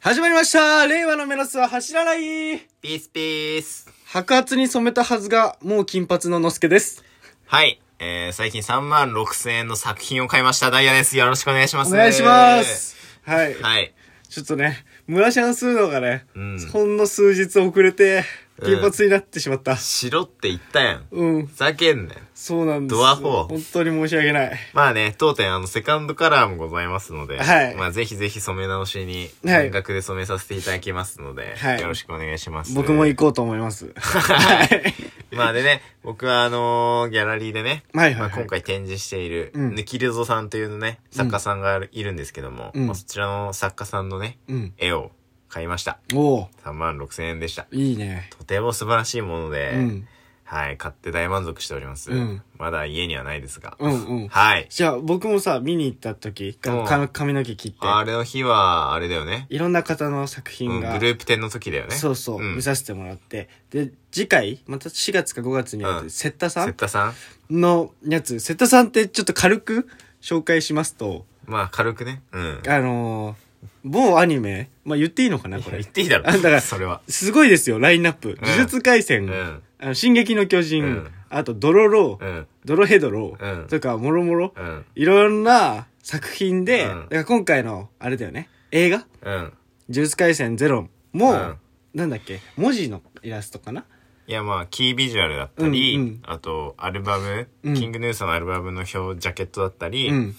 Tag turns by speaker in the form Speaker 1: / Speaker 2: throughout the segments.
Speaker 1: 始まりました令和のメロスは走らない
Speaker 2: ピースピース。
Speaker 1: 白髪に染めたはずが、もう金髪ののすけです。
Speaker 2: はい。えー、最近3万6千円の作品を買いましたダイヤです。よろしくお願いしま
Speaker 1: お
Speaker 2: す。
Speaker 1: 願いします。はい。
Speaker 2: はい。
Speaker 1: ちょっとね、ムラシャンするのがね、
Speaker 2: うん
Speaker 1: ほんの数日遅れて、
Speaker 2: うん
Speaker 1: 金髪になってしまった。
Speaker 2: しろって言ったやん。
Speaker 1: うん
Speaker 2: ふ、ざけんなよ。
Speaker 1: そうなんです。
Speaker 2: ドアホ
Speaker 1: 本当に申し訳ない。
Speaker 2: まあね、当店あの、セカンドカラーもございますので、
Speaker 1: はい
Speaker 2: まあぜひぜひ染め直しに、
Speaker 1: はい
Speaker 2: 半額で染めさせていただきますので、
Speaker 1: はい
Speaker 2: よろしくお願いします。
Speaker 1: 僕も行こうと思い ます。はい。
Speaker 2: まあでね、僕はあのーギャラリーでね、
Speaker 1: はいはいはい
Speaker 2: まあ、今回展示している、
Speaker 1: うん
Speaker 2: ぬきりぞさんというね、作家さんがいるんですけども、
Speaker 1: うん
Speaker 2: まあ、そちらの作家さんのね、
Speaker 1: うん。
Speaker 2: 絵を買いました。
Speaker 1: おー
Speaker 2: 3万6千円でした。
Speaker 1: いいね。
Speaker 2: とても素晴らしいもので、
Speaker 1: うん
Speaker 2: はい、買って大満足しております。
Speaker 1: うん
Speaker 2: まだ家にはないですが。
Speaker 1: うんうん。
Speaker 2: はい。
Speaker 1: じゃあ、僕もさ、見に行った時、
Speaker 2: うん
Speaker 1: か髪の毛切って、
Speaker 2: あれの日は、あれだよね。
Speaker 1: いろんな方の作
Speaker 2: うん、
Speaker 1: 品
Speaker 2: グ
Speaker 1: が、
Speaker 2: ループ展の時だよね。
Speaker 1: そうそう、
Speaker 2: ん、
Speaker 1: 見させてもらって。で、次回、また4月か5月にあ
Speaker 2: う
Speaker 1: る、
Speaker 2: ん
Speaker 1: セッタさ
Speaker 2: セッ
Speaker 1: ん
Speaker 2: タさん
Speaker 1: のやつ、セッタさんってちょっと軽く紹介しますと、
Speaker 2: まあ、軽くね。うん。
Speaker 1: あのー某アニメ、まあ、言っていいのかな、こ
Speaker 2: 言
Speaker 1: れ
Speaker 2: っ。ていいだろ。
Speaker 1: あだから
Speaker 2: それは。
Speaker 1: すごいですよ、ラインナップ。呪術廻戦、
Speaker 2: うん
Speaker 1: あの進撃の巨人、
Speaker 2: うん
Speaker 1: あと、ドロロー、
Speaker 2: うん。
Speaker 1: ドロヘドロー、
Speaker 2: うん
Speaker 1: とか、もろもろ、
Speaker 2: うん。
Speaker 1: いろんな作品で、
Speaker 2: うん
Speaker 1: だから今回の、あれだよね、映画
Speaker 2: うん。
Speaker 1: 呪術廻戦ゼロも、
Speaker 2: うん
Speaker 1: なんだっけ、文字のイラストかない
Speaker 2: や、まあ、キービジュアルだったり、
Speaker 1: うんうん
Speaker 2: あと、アルバム、
Speaker 1: うん
Speaker 2: キングヌーさんのアルバムの表、ジャケットだったり、
Speaker 1: うん。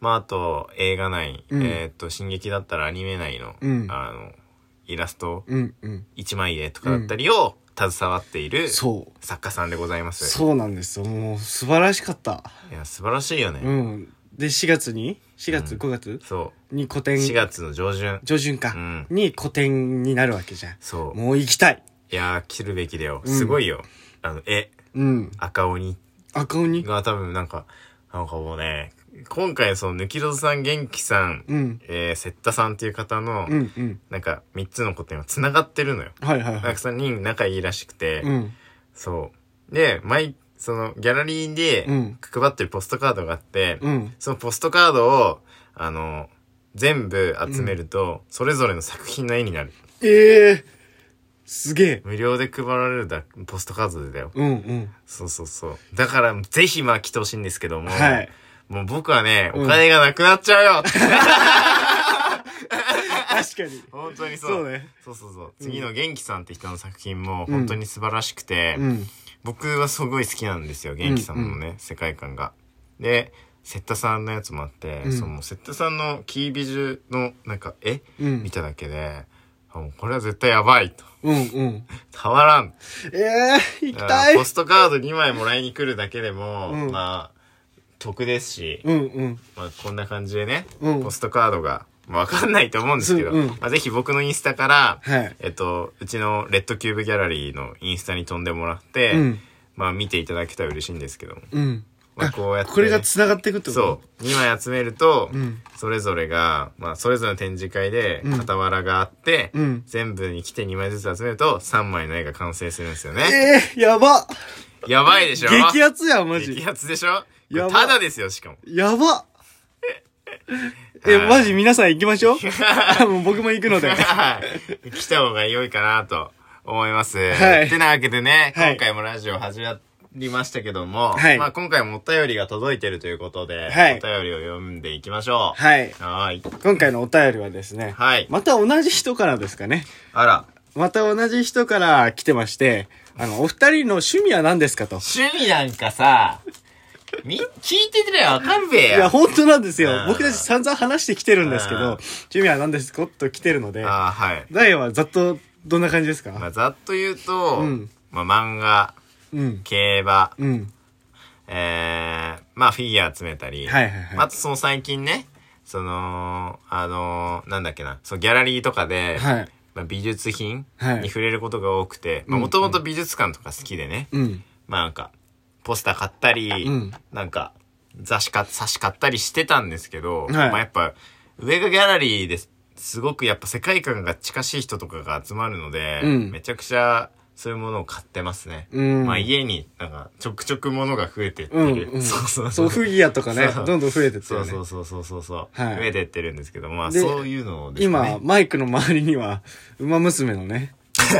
Speaker 2: まあ、あと、映画内、
Speaker 1: うん
Speaker 2: えーっと、進撃だったらアニメ内の、
Speaker 1: うん
Speaker 2: あの、イラスト、
Speaker 1: うんうん。
Speaker 2: 一枚絵とかだったりを、携わっている、
Speaker 1: そう。
Speaker 2: 作家さんでございます。
Speaker 1: そうなんですよ。もう素晴らしかった。
Speaker 2: いや、素晴らしいよね。
Speaker 1: うん。で、4月に ?4 月、
Speaker 2: うん
Speaker 1: 5月
Speaker 2: そ
Speaker 1: に個
Speaker 2: う。
Speaker 1: 展、
Speaker 2: 4月の上旬。
Speaker 1: 上旬か、
Speaker 2: うん
Speaker 1: に個展になるわけじゃん。
Speaker 2: そう。
Speaker 1: もう行きたい。
Speaker 2: いやー、切るべきだよ。
Speaker 1: ん
Speaker 2: すごいよ。あの、絵、
Speaker 1: うん。
Speaker 2: 赤鬼
Speaker 1: 赤鬼。
Speaker 2: が多分なんか、なんかもうね、今回その、ぬきろずさん、元気さん、
Speaker 1: うん。
Speaker 2: えー、せったさんっていう方の、
Speaker 1: うんうん。
Speaker 2: なんか、三つの個展は繋がってるのよ。
Speaker 1: はいはいは
Speaker 2: なん
Speaker 1: い
Speaker 2: か。三人仲いいらしくて、
Speaker 1: うん。
Speaker 2: そう。で、毎、その、ギャラリーで
Speaker 1: うん
Speaker 2: 配ってるポストカードがあって、
Speaker 1: うん。
Speaker 2: そのポストカードを、あの、全部集めると、それぞれの作品の絵になる。
Speaker 1: ええー、すげえ。
Speaker 2: 無料で配られるだ、ポストカードでだよ。
Speaker 1: うんうん。
Speaker 2: そうそうそう。だから、ぜひまあ来てほしいんですけども、
Speaker 1: はい。
Speaker 2: もう僕はね、
Speaker 1: うん
Speaker 2: お金がなくなっちゃ うよ、
Speaker 1: 確かに。
Speaker 2: 本当にそう。
Speaker 1: そうね。
Speaker 2: そうそうそう。次の元気さんって人の作品も本当に素晴らしくて、
Speaker 1: うん。
Speaker 2: 僕はすごい好きなんですよ、元気さんのね、世界観が。で、セッタさんのやつもあって、
Speaker 1: うん
Speaker 2: そのセッタさんのキービジュのなんか絵、
Speaker 1: うん
Speaker 2: 見ただけで、あもうこれは絶対やばいと。
Speaker 1: うんうん。
Speaker 2: たまらん。
Speaker 1: ええー、行きたい
Speaker 2: ポストカード2枚もらいに来るだけでも、
Speaker 1: うん
Speaker 2: まあ、得ですし、
Speaker 1: うんうん。
Speaker 2: まあ、こんな感じでね、
Speaker 1: うん
Speaker 2: ポストカードが、まあわかんないと思うんですけど、
Speaker 1: そううん
Speaker 2: まあ、ぜひ僕のインスタから、
Speaker 1: はい
Speaker 2: えっと、うちのレッドキューブギャラリーのインスタに飛んでもらって、
Speaker 1: うん
Speaker 2: まあ見ていただけたら嬉しいんですけども、
Speaker 1: うん。
Speaker 2: まあ、こうやって、
Speaker 1: これが繋がっていくってこと
Speaker 2: そう、2枚集めると、
Speaker 1: うん
Speaker 2: それぞれが、まあ、それぞれの展示会で
Speaker 1: うん
Speaker 2: 傍らがあって、
Speaker 1: うん
Speaker 2: 全部に来て2枚ずつ集めると、3枚の絵が完成するんですよね。
Speaker 1: ええー、やば
Speaker 2: やばいでしょ
Speaker 1: 激アツやん、マ
Speaker 2: 激
Speaker 1: ジ。
Speaker 2: アツでしょ
Speaker 1: やば
Speaker 2: ただですよ、しかも。
Speaker 1: や ばえ、
Speaker 2: はい
Speaker 1: マジ皆さん行きましょ うもう僕も行くので。
Speaker 2: はい来た方が良いかなと思います。
Speaker 1: はい
Speaker 2: てなわけでね、
Speaker 1: はい
Speaker 2: 今回もラジオ始まりましたけども、
Speaker 1: はい
Speaker 2: まあ今回もお便りが届いてるということで、
Speaker 1: はい
Speaker 2: お便りを読んでいきましょう。
Speaker 1: はい。
Speaker 2: はーい。
Speaker 1: 今回のお便りはですね、
Speaker 2: はい
Speaker 1: また同じ人からですかね。
Speaker 2: あら、
Speaker 1: また同じ人から来てまして、あの、お二人の趣味は何ですかと。
Speaker 2: 趣味なんかさ、み、聞いててりゃわかんべえ
Speaker 1: いや、
Speaker 2: や。
Speaker 1: 本当なんですよ
Speaker 2: う。ん
Speaker 1: 僕たち散々話してきてるんですけ
Speaker 2: うん
Speaker 1: ど、趣味は何ですかと来てるので、
Speaker 2: あーはい。
Speaker 1: ダイヤはざっとどんな感じです
Speaker 2: ま
Speaker 1: か
Speaker 2: あざっと言うと、
Speaker 1: うん
Speaker 2: まあ漫画、
Speaker 1: うん。
Speaker 2: 競馬、
Speaker 1: うん。
Speaker 2: えー、まあフィギュア集めたり、
Speaker 1: はいはいはい
Speaker 2: まああとその最近ね、その、あのーなんだっけな、そのギャラリーとかで、
Speaker 1: はい。
Speaker 2: まあ、美術品
Speaker 1: はい
Speaker 2: に触れることが多くて、
Speaker 1: うん
Speaker 2: もともと美術館とか好きでね、
Speaker 1: うん。
Speaker 2: まあなんか、ポスター買ったり、
Speaker 1: うん
Speaker 2: なんか、雑誌か、冊子買ったりしてたんですけど、
Speaker 1: い
Speaker 2: まあやっぱ、上がギャラリーです。すごくやっぱ世界観が近しい人とかが集まるので、
Speaker 1: うん
Speaker 2: めちゃくちゃそういうものを買ってますね。
Speaker 1: うん
Speaker 2: まあ家になんかちょくちょくものが増えてってる。
Speaker 1: うんうん
Speaker 2: そうそう
Speaker 1: そう、フィギュアとかね
Speaker 2: そ、う
Speaker 1: どんどん増えてって
Speaker 2: そ
Speaker 1: よ
Speaker 2: う
Speaker 1: ね。
Speaker 2: そうそうそうそうそう、
Speaker 1: はい
Speaker 2: 増えてってるんですけど、まあ
Speaker 1: で
Speaker 2: そういうのです
Speaker 1: 今、
Speaker 2: ね。
Speaker 1: マイクの周りには、馬娘の ね、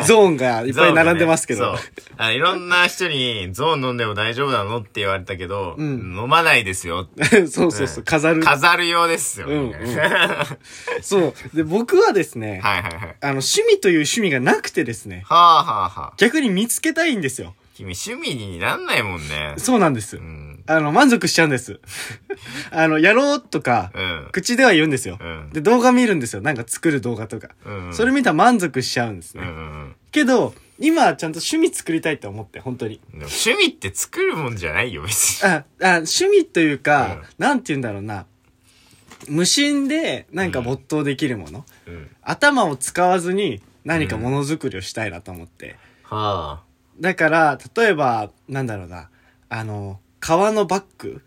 Speaker 1: ゾーンがいっぱい並んでますけ
Speaker 2: ゾ
Speaker 1: ど
Speaker 2: ーンがね。そうあいろんな人にゾーン飲んでも大丈夫なのって言われたけど、
Speaker 1: ん
Speaker 2: 飲まないですよ。
Speaker 1: そうそうそう、飾る。
Speaker 2: 飾る用ですよ、
Speaker 1: うんうん
Speaker 2: みたいな はい
Speaker 1: そう。で、僕はですね、
Speaker 2: はいはい。は
Speaker 1: あの、趣味という趣味がなくてですね、
Speaker 2: あはあはあ。
Speaker 1: 逆に見つけたいんですよ。
Speaker 2: 君趣味になんないもんね。
Speaker 1: そうなんです
Speaker 2: う。ん。
Speaker 1: あの、満足しちゃうんです。 あの、やろうとか
Speaker 2: う、ん。
Speaker 1: 口では言うんですよ
Speaker 2: う。ん。
Speaker 1: で、動画見るんですよ。なんか作る動画とか。
Speaker 2: うん。
Speaker 1: それ見たら満足しちゃうんです
Speaker 2: うんう
Speaker 1: ね。
Speaker 2: ん
Speaker 1: けど、今はちゃんと趣味作りたいって思って、本当に。
Speaker 2: うん。でも趣味って作るもんじゃないよ、別に。
Speaker 1: あ、あ趣味というか、
Speaker 2: うん
Speaker 1: なんて言うんだろうな。無心でなんか没頭できるもの。
Speaker 2: うん。
Speaker 1: 頭を使わずに何かものづくりをしたいなと思って。
Speaker 2: はあ。
Speaker 1: だから、例えば、なんだろうな。あの、革のバッグ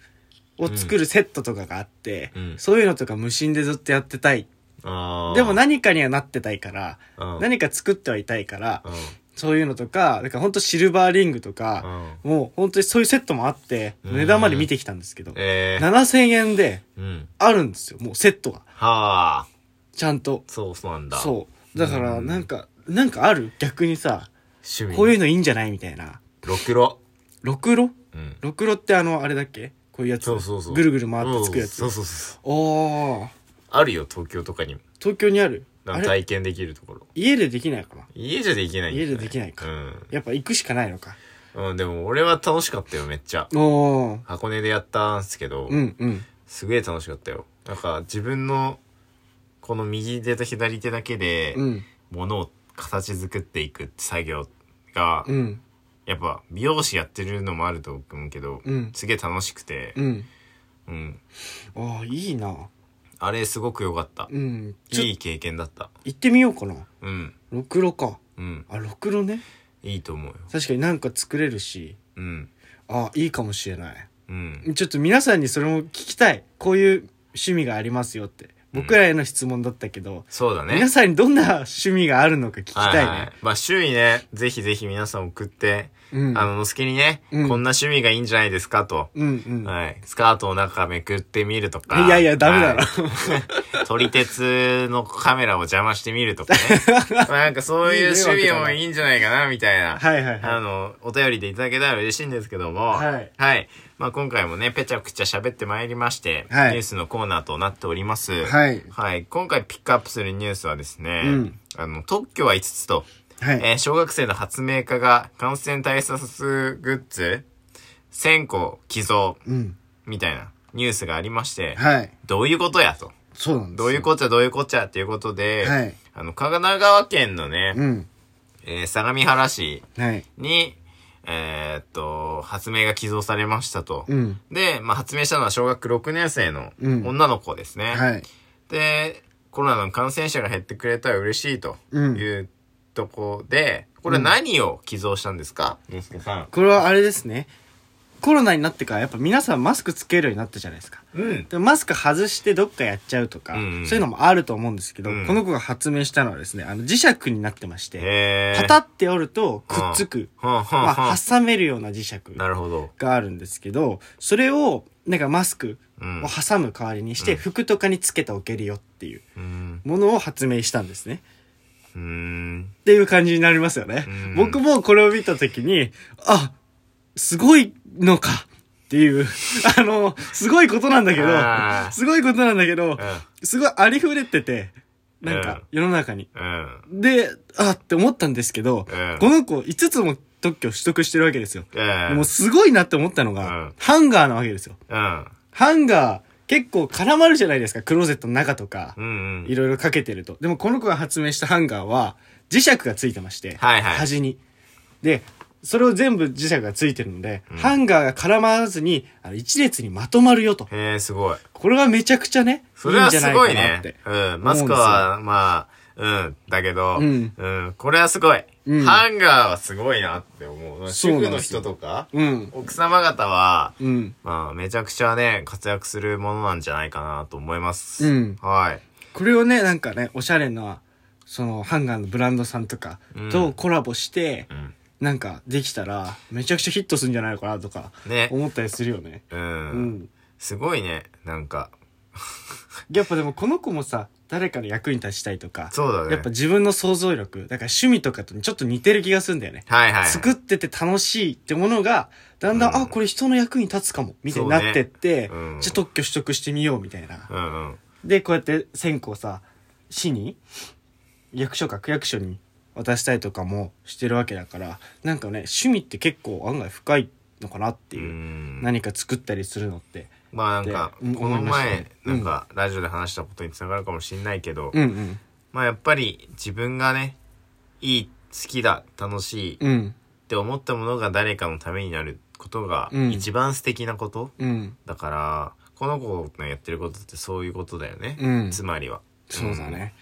Speaker 1: を作るセットとかがあって、
Speaker 2: うん
Speaker 1: そういうのとか無心でずっとやってたい。
Speaker 2: ああ。
Speaker 1: でも何かにはなってたいから、
Speaker 2: うん、
Speaker 1: 何か作ってはいたいから、
Speaker 2: うん。
Speaker 1: そういうのとか、だから本当シルバーリングと
Speaker 2: う
Speaker 1: か、
Speaker 2: ん。
Speaker 1: もう本当にそういうセットもあって、
Speaker 2: うん
Speaker 1: 値段まで見てきたんですけど、
Speaker 2: ええ
Speaker 1: 7000円で
Speaker 2: うん。
Speaker 1: あるんですよ。もうセットが。
Speaker 2: はあ。
Speaker 1: ちゃんと。
Speaker 2: そうそうなんだ。
Speaker 1: そう。だから、
Speaker 2: うん
Speaker 1: なんか、なんかある逆にさ、
Speaker 2: 趣味。
Speaker 1: こういうのいいんじゃないみたいな。
Speaker 2: ろくろ。
Speaker 1: ろくろ
Speaker 2: うん。
Speaker 1: ろくろってあの、あれだっけこういうやつ。
Speaker 2: そうそうそう。
Speaker 1: ぐるぐる回ってつくやつ。
Speaker 2: そうそうそうそう。
Speaker 1: おー。
Speaker 2: あるよ、東京とかにも。
Speaker 1: 東京にある
Speaker 2: な
Speaker 1: あ
Speaker 2: んか
Speaker 1: れ
Speaker 2: 体験できるところ。
Speaker 1: 家でできないかな
Speaker 2: 家じゃできないんじゃ
Speaker 1: 家でできないか
Speaker 2: うん。
Speaker 1: やっぱ行くしかないのか。
Speaker 2: うん、でも俺は楽しかったよ、めっちゃ。
Speaker 1: おー。
Speaker 2: 箱根でやったんすけど、
Speaker 1: うんうん。
Speaker 2: すげえ楽しかったよ。なんか自分の、この右手と左手だけで、
Speaker 1: うん。
Speaker 2: 物を形作っていくって作業が、
Speaker 1: うん。
Speaker 2: やっぱ美容師やってるのもあると思うけど、
Speaker 1: うん
Speaker 2: すげえ楽しくて、
Speaker 1: うん。
Speaker 2: うん。
Speaker 1: ああ、いいな。
Speaker 2: あれすごく良かった。
Speaker 1: うん。ちょ
Speaker 2: いい経験だった。
Speaker 1: 行ってみようかな。
Speaker 2: うん。
Speaker 1: ろくろか。
Speaker 2: うん。
Speaker 1: あ、ろくろね。
Speaker 2: いいと思うよ。
Speaker 1: 確かになんか作れるし。
Speaker 2: うん。
Speaker 1: あ、いいかもしれない。
Speaker 2: うん。
Speaker 1: ちょっと皆さんにそれも聞きたい。こういう趣味がありますよって。僕らへの質問だったけど、
Speaker 2: そうだね。
Speaker 1: 皆さんにどんな趣味があるのか聞きたいね。
Speaker 2: はいはいまあ、周囲ね、ぜひぜひ皆さん送って、
Speaker 1: うん。
Speaker 2: あの、のすけにね、
Speaker 1: うん
Speaker 2: こんな趣味がいいんじゃないですかと。
Speaker 1: うんうん。
Speaker 2: はい。スカートの中めくってみるとか。
Speaker 1: いやいや、ダメだ ろ。
Speaker 2: はい。撮り鉄のカメラを邪魔してみ るとかね。まあなんかそういう趣味もいいんじゃないかな、みたいな。
Speaker 1: はいはい
Speaker 2: あ
Speaker 1: は
Speaker 2: の、お便りでいただけたら嬉しいんですけども。
Speaker 1: はい
Speaker 2: はい。まあ今回もね、ぺちゃくちゃ喋ってまいりまして、
Speaker 1: はい
Speaker 2: ニュースのコーナーとなっております。
Speaker 1: い。はい。
Speaker 2: はい。今回ピックアップするニュースはですね、
Speaker 1: うん
Speaker 2: あの、特許は5つと、
Speaker 1: はい。
Speaker 2: えー小学生の発明家が感染対策グッズ1000個寄贈
Speaker 1: うん。
Speaker 2: みたいなニュースがありまして、
Speaker 1: はい。
Speaker 2: どういうことやと。
Speaker 1: そうなんです
Speaker 2: どういう
Speaker 1: こ
Speaker 2: こっちゃどういうこっちゃっていうことで、
Speaker 1: はい
Speaker 2: あの、神奈川県のね、
Speaker 1: うん。
Speaker 2: えー相模原市
Speaker 1: はい。
Speaker 2: に、えーっと、発明が寄贈されましたと。
Speaker 1: うん。
Speaker 2: で、まあ、発明したのは小学6年生の
Speaker 1: うん
Speaker 2: 女の子ですね。
Speaker 1: はい。
Speaker 2: で、コロナの感染者が減ってくれたら嬉しいと
Speaker 1: うん
Speaker 2: いうとこで、これ何を寄贈したんですかのすけさん。
Speaker 1: これはあれですね。コロナになってからやっぱ皆さんマスクつけるようになったじゃないですか。
Speaker 2: うん。
Speaker 1: でもマスク外してどっかやっちゃうとか、
Speaker 2: うんうん
Speaker 1: そういうのもあると思うんですけど、
Speaker 2: うん
Speaker 1: この子が発明したのはですね、あの磁石になってまして、
Speaker 2: へ
Speaker 1: パタって折るとくっつく、
Speaker 2: はんはん
Speaker 1: ま
Speaker 2: は
Speaker 1: あ、
Speaker 2: ん。
Speaker 1: 挟めるような磁石
Speaker 2: なるほど。
Speaker 1: があるんですけど、それを、なんかマスク
Speaker 2: うん
Speaker 1: を。挟む代わりにして、服とかにつけておけるよっていう
Speaker 2: うん。
Speaker 1: ものを発明したんですね。
Speaker 2: うん。
Speaker 1: っていう感じになりますよね。
Speaker 2: うん
Speaker 1: 僕もこれを見たときに、あ、すごいのかっていう、 あの、すごいことなんだけど
Speaker 2: あ、ー
Speaker 1: すごいことなんだけど
Speaker 2: う、ん。
Speaker 1: すごいありふれてて、なん
Speaker 2: うん
Speaker 1: か、世の中に。
Speaker 2: うん。
Speaker 1: で、あって思ったんですけど、
Speaker 2: うん
Speaker 1: この子5つも特許取得してるわけですよ。
Speaker 2: うん。
Speaker 1: もうすごいなって思ったのが、
Speaker 2: うん
Speaker 1: ハンガーなわけですよ。
Speaker 2: うん。
Speaker 1: ハンガー、結構絡まるじゃないですか、クローゼットの中とか
Speaker 2: う、ん。う
Speaker 1: い
Speaker 2: ん。
Speaker 1: ろいろかけてると。でもこの子が発明したハンガーは、磁石がついてまして、
Speaker 2: はいはい
Speaker 1: 端に。で、それを全部磁石がついてるので、ハンガーが絡まらずに、あの一列にまとまるよと。
Speaker 2: へえ、すごい。
Speaker 1: これはめちゃくちゃね、
Speaker 2: それはい
Speaker 1: んじゃ
Speaker 2: す
Speaker 1: な
Speaker 2: ご
Speaker 1: か
Speaker 2: い
Speaker 1: なっ
Speaker 2: ね
Speaker 1: て。。
Speaker 2: うん。マスクは、まあ、うん。だけど、
Speaker 1: うん
Speaker 2: うん。これはすごい。
Speaker 1: うん
Speaker 2: ハンガーはすごいなって思う。
Speaker 1: そう
Speaker 2: 主
Speaker 1: な
Speaker 2: 婦
Speaker 1: ん
Speaker 2: の
Speaker 1: ですよ
Speaker 2: 人とか、
Speaker 1: うん。
Speaker 2: 奥様方は、
Speaker 1: うん。
Speaker 2: まあ、めちゃくちゃね、活躍するものなんじゃないかなと思います。
Speaker 1: うん
Speaker 2: はい。
Speaker 1: これをね、なんかね、おしゃれな、そのハンガーのブランドさんとかとコラボして、
Speaker 2: うん
Speaker 1: なんかできたらめちゃくちゃヒットするんじゃないのかなとか
Speaker 2: ね
Speaker 1: 思ったりするよね。
Speaker 2: う。
Speaker 1: うんん、
Speaker 2: すごいね。なんか、
Speaker 1: やっぱでもこの子もさ誰かの役に立ちたいとか、
Speaker 2: そうだね。
Speaker 1: やっぱ自分の想像力だから趣味とかとちょっと似てる気がするんだよね。
Speaker 2: はいはい。
Speaker 1: 作ってて楽しいってものがだんだん、
Speaker 2: うん
Speaker 1: あこれ人の役に立つかもみたいに
Speaker 2: そう
Speaker 1: な
Speaker 2: ね
Speaker 1: ってって、
Speaker 2: うん
Speaker 1: じゃあ特許取得してみようみたいな。
Speaker 2: うんうん。
Speaker 1: でこうやって線香さ市に役所か区役所に渡したりとかもしてるわけだからなんかね趣味って結構案外深いのかなって
Speaker 2: う
Speaker 1: いう、
Speaker 2: ん。
Speaker 1: 何か作ったりするのって
Speaker 2: まあなんか、
Speaker 1: うん
Speaker 2: この
Speaker 1: 思いましたね
Speaker 2: 前、なんか、ラジオで話したことにつながるかもしんないけど、
Speaker 1: うんうん
Speaker 2: まあやっぱり自分がね、いい、好きだ、楽しいっ
Speaker 1: うん
Speaker 2: て思ったものが誰かのためになることが
Speaker 1: うん
Speaker 2: 一番素敵なこと、
Speaker 1: うん
Speaker 2: だから、この子のやってることってそういうことだよね。
Speaker 1: うん
Speaker 2: つまりは。
Speaker 1: そうだね、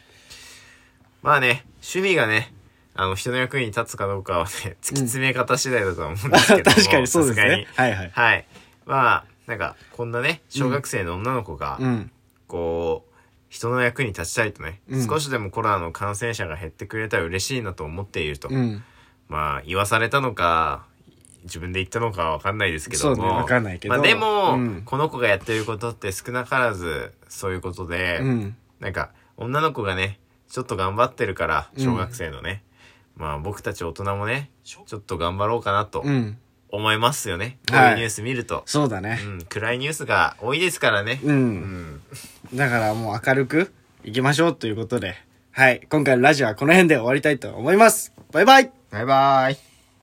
Speaker 2: まあね、趣味がね、あの、人の役に立つかどうかはね、突き詰め方次第だとは思うんですけど も、
Speaker 1: 確かにそうです
Speaker 2: さがに
Speaker 1: ねはいはい
Speaker 2: はい。まあ、なんか、こんなね、小学生の女の子が、
Speaker 1: うん
Speaker 2: こう、人の役に立ちたいとね、
Speaker 1: うん
Speaker 2: 少しでもコロナの感染者が減ってくれたら嬉しいなと思っていると。
Speaker 1: うん
Speaker 2: まあ、言わされたのか、自分で言ったのかわかんないですけども。
Speaker 1: そうねわかんないけど
Speaker 2: まあでも、
Speaker 1: うん
Speaker 2: この子がやってることって少なからず、そういうことで、
Speaker 1: うん
Speaker 2: なんか、女の子がね、ちょっと頑張ってるから、
Speaker 1: うん
Speaker 2: 小学生のね。まあ僕たち大人もね、ちょっと頑張ろうかなと
Speaker 1: うん
Speaker 2: 思いますよね。こう
Speaker 1: はい
Speaker 2: いうニュース見ると。
Speaker 1: そうだね
Speaker 2: うん、暗いニュースが多いですからね。
Speaker 1: う、
Speaker 2: うんん。
Speaker 1: だからもう明るくいきましょうということではい今回のラジオはこの辺で終わりたいと思いますバイバイ
Speaker 2: バイバーイ。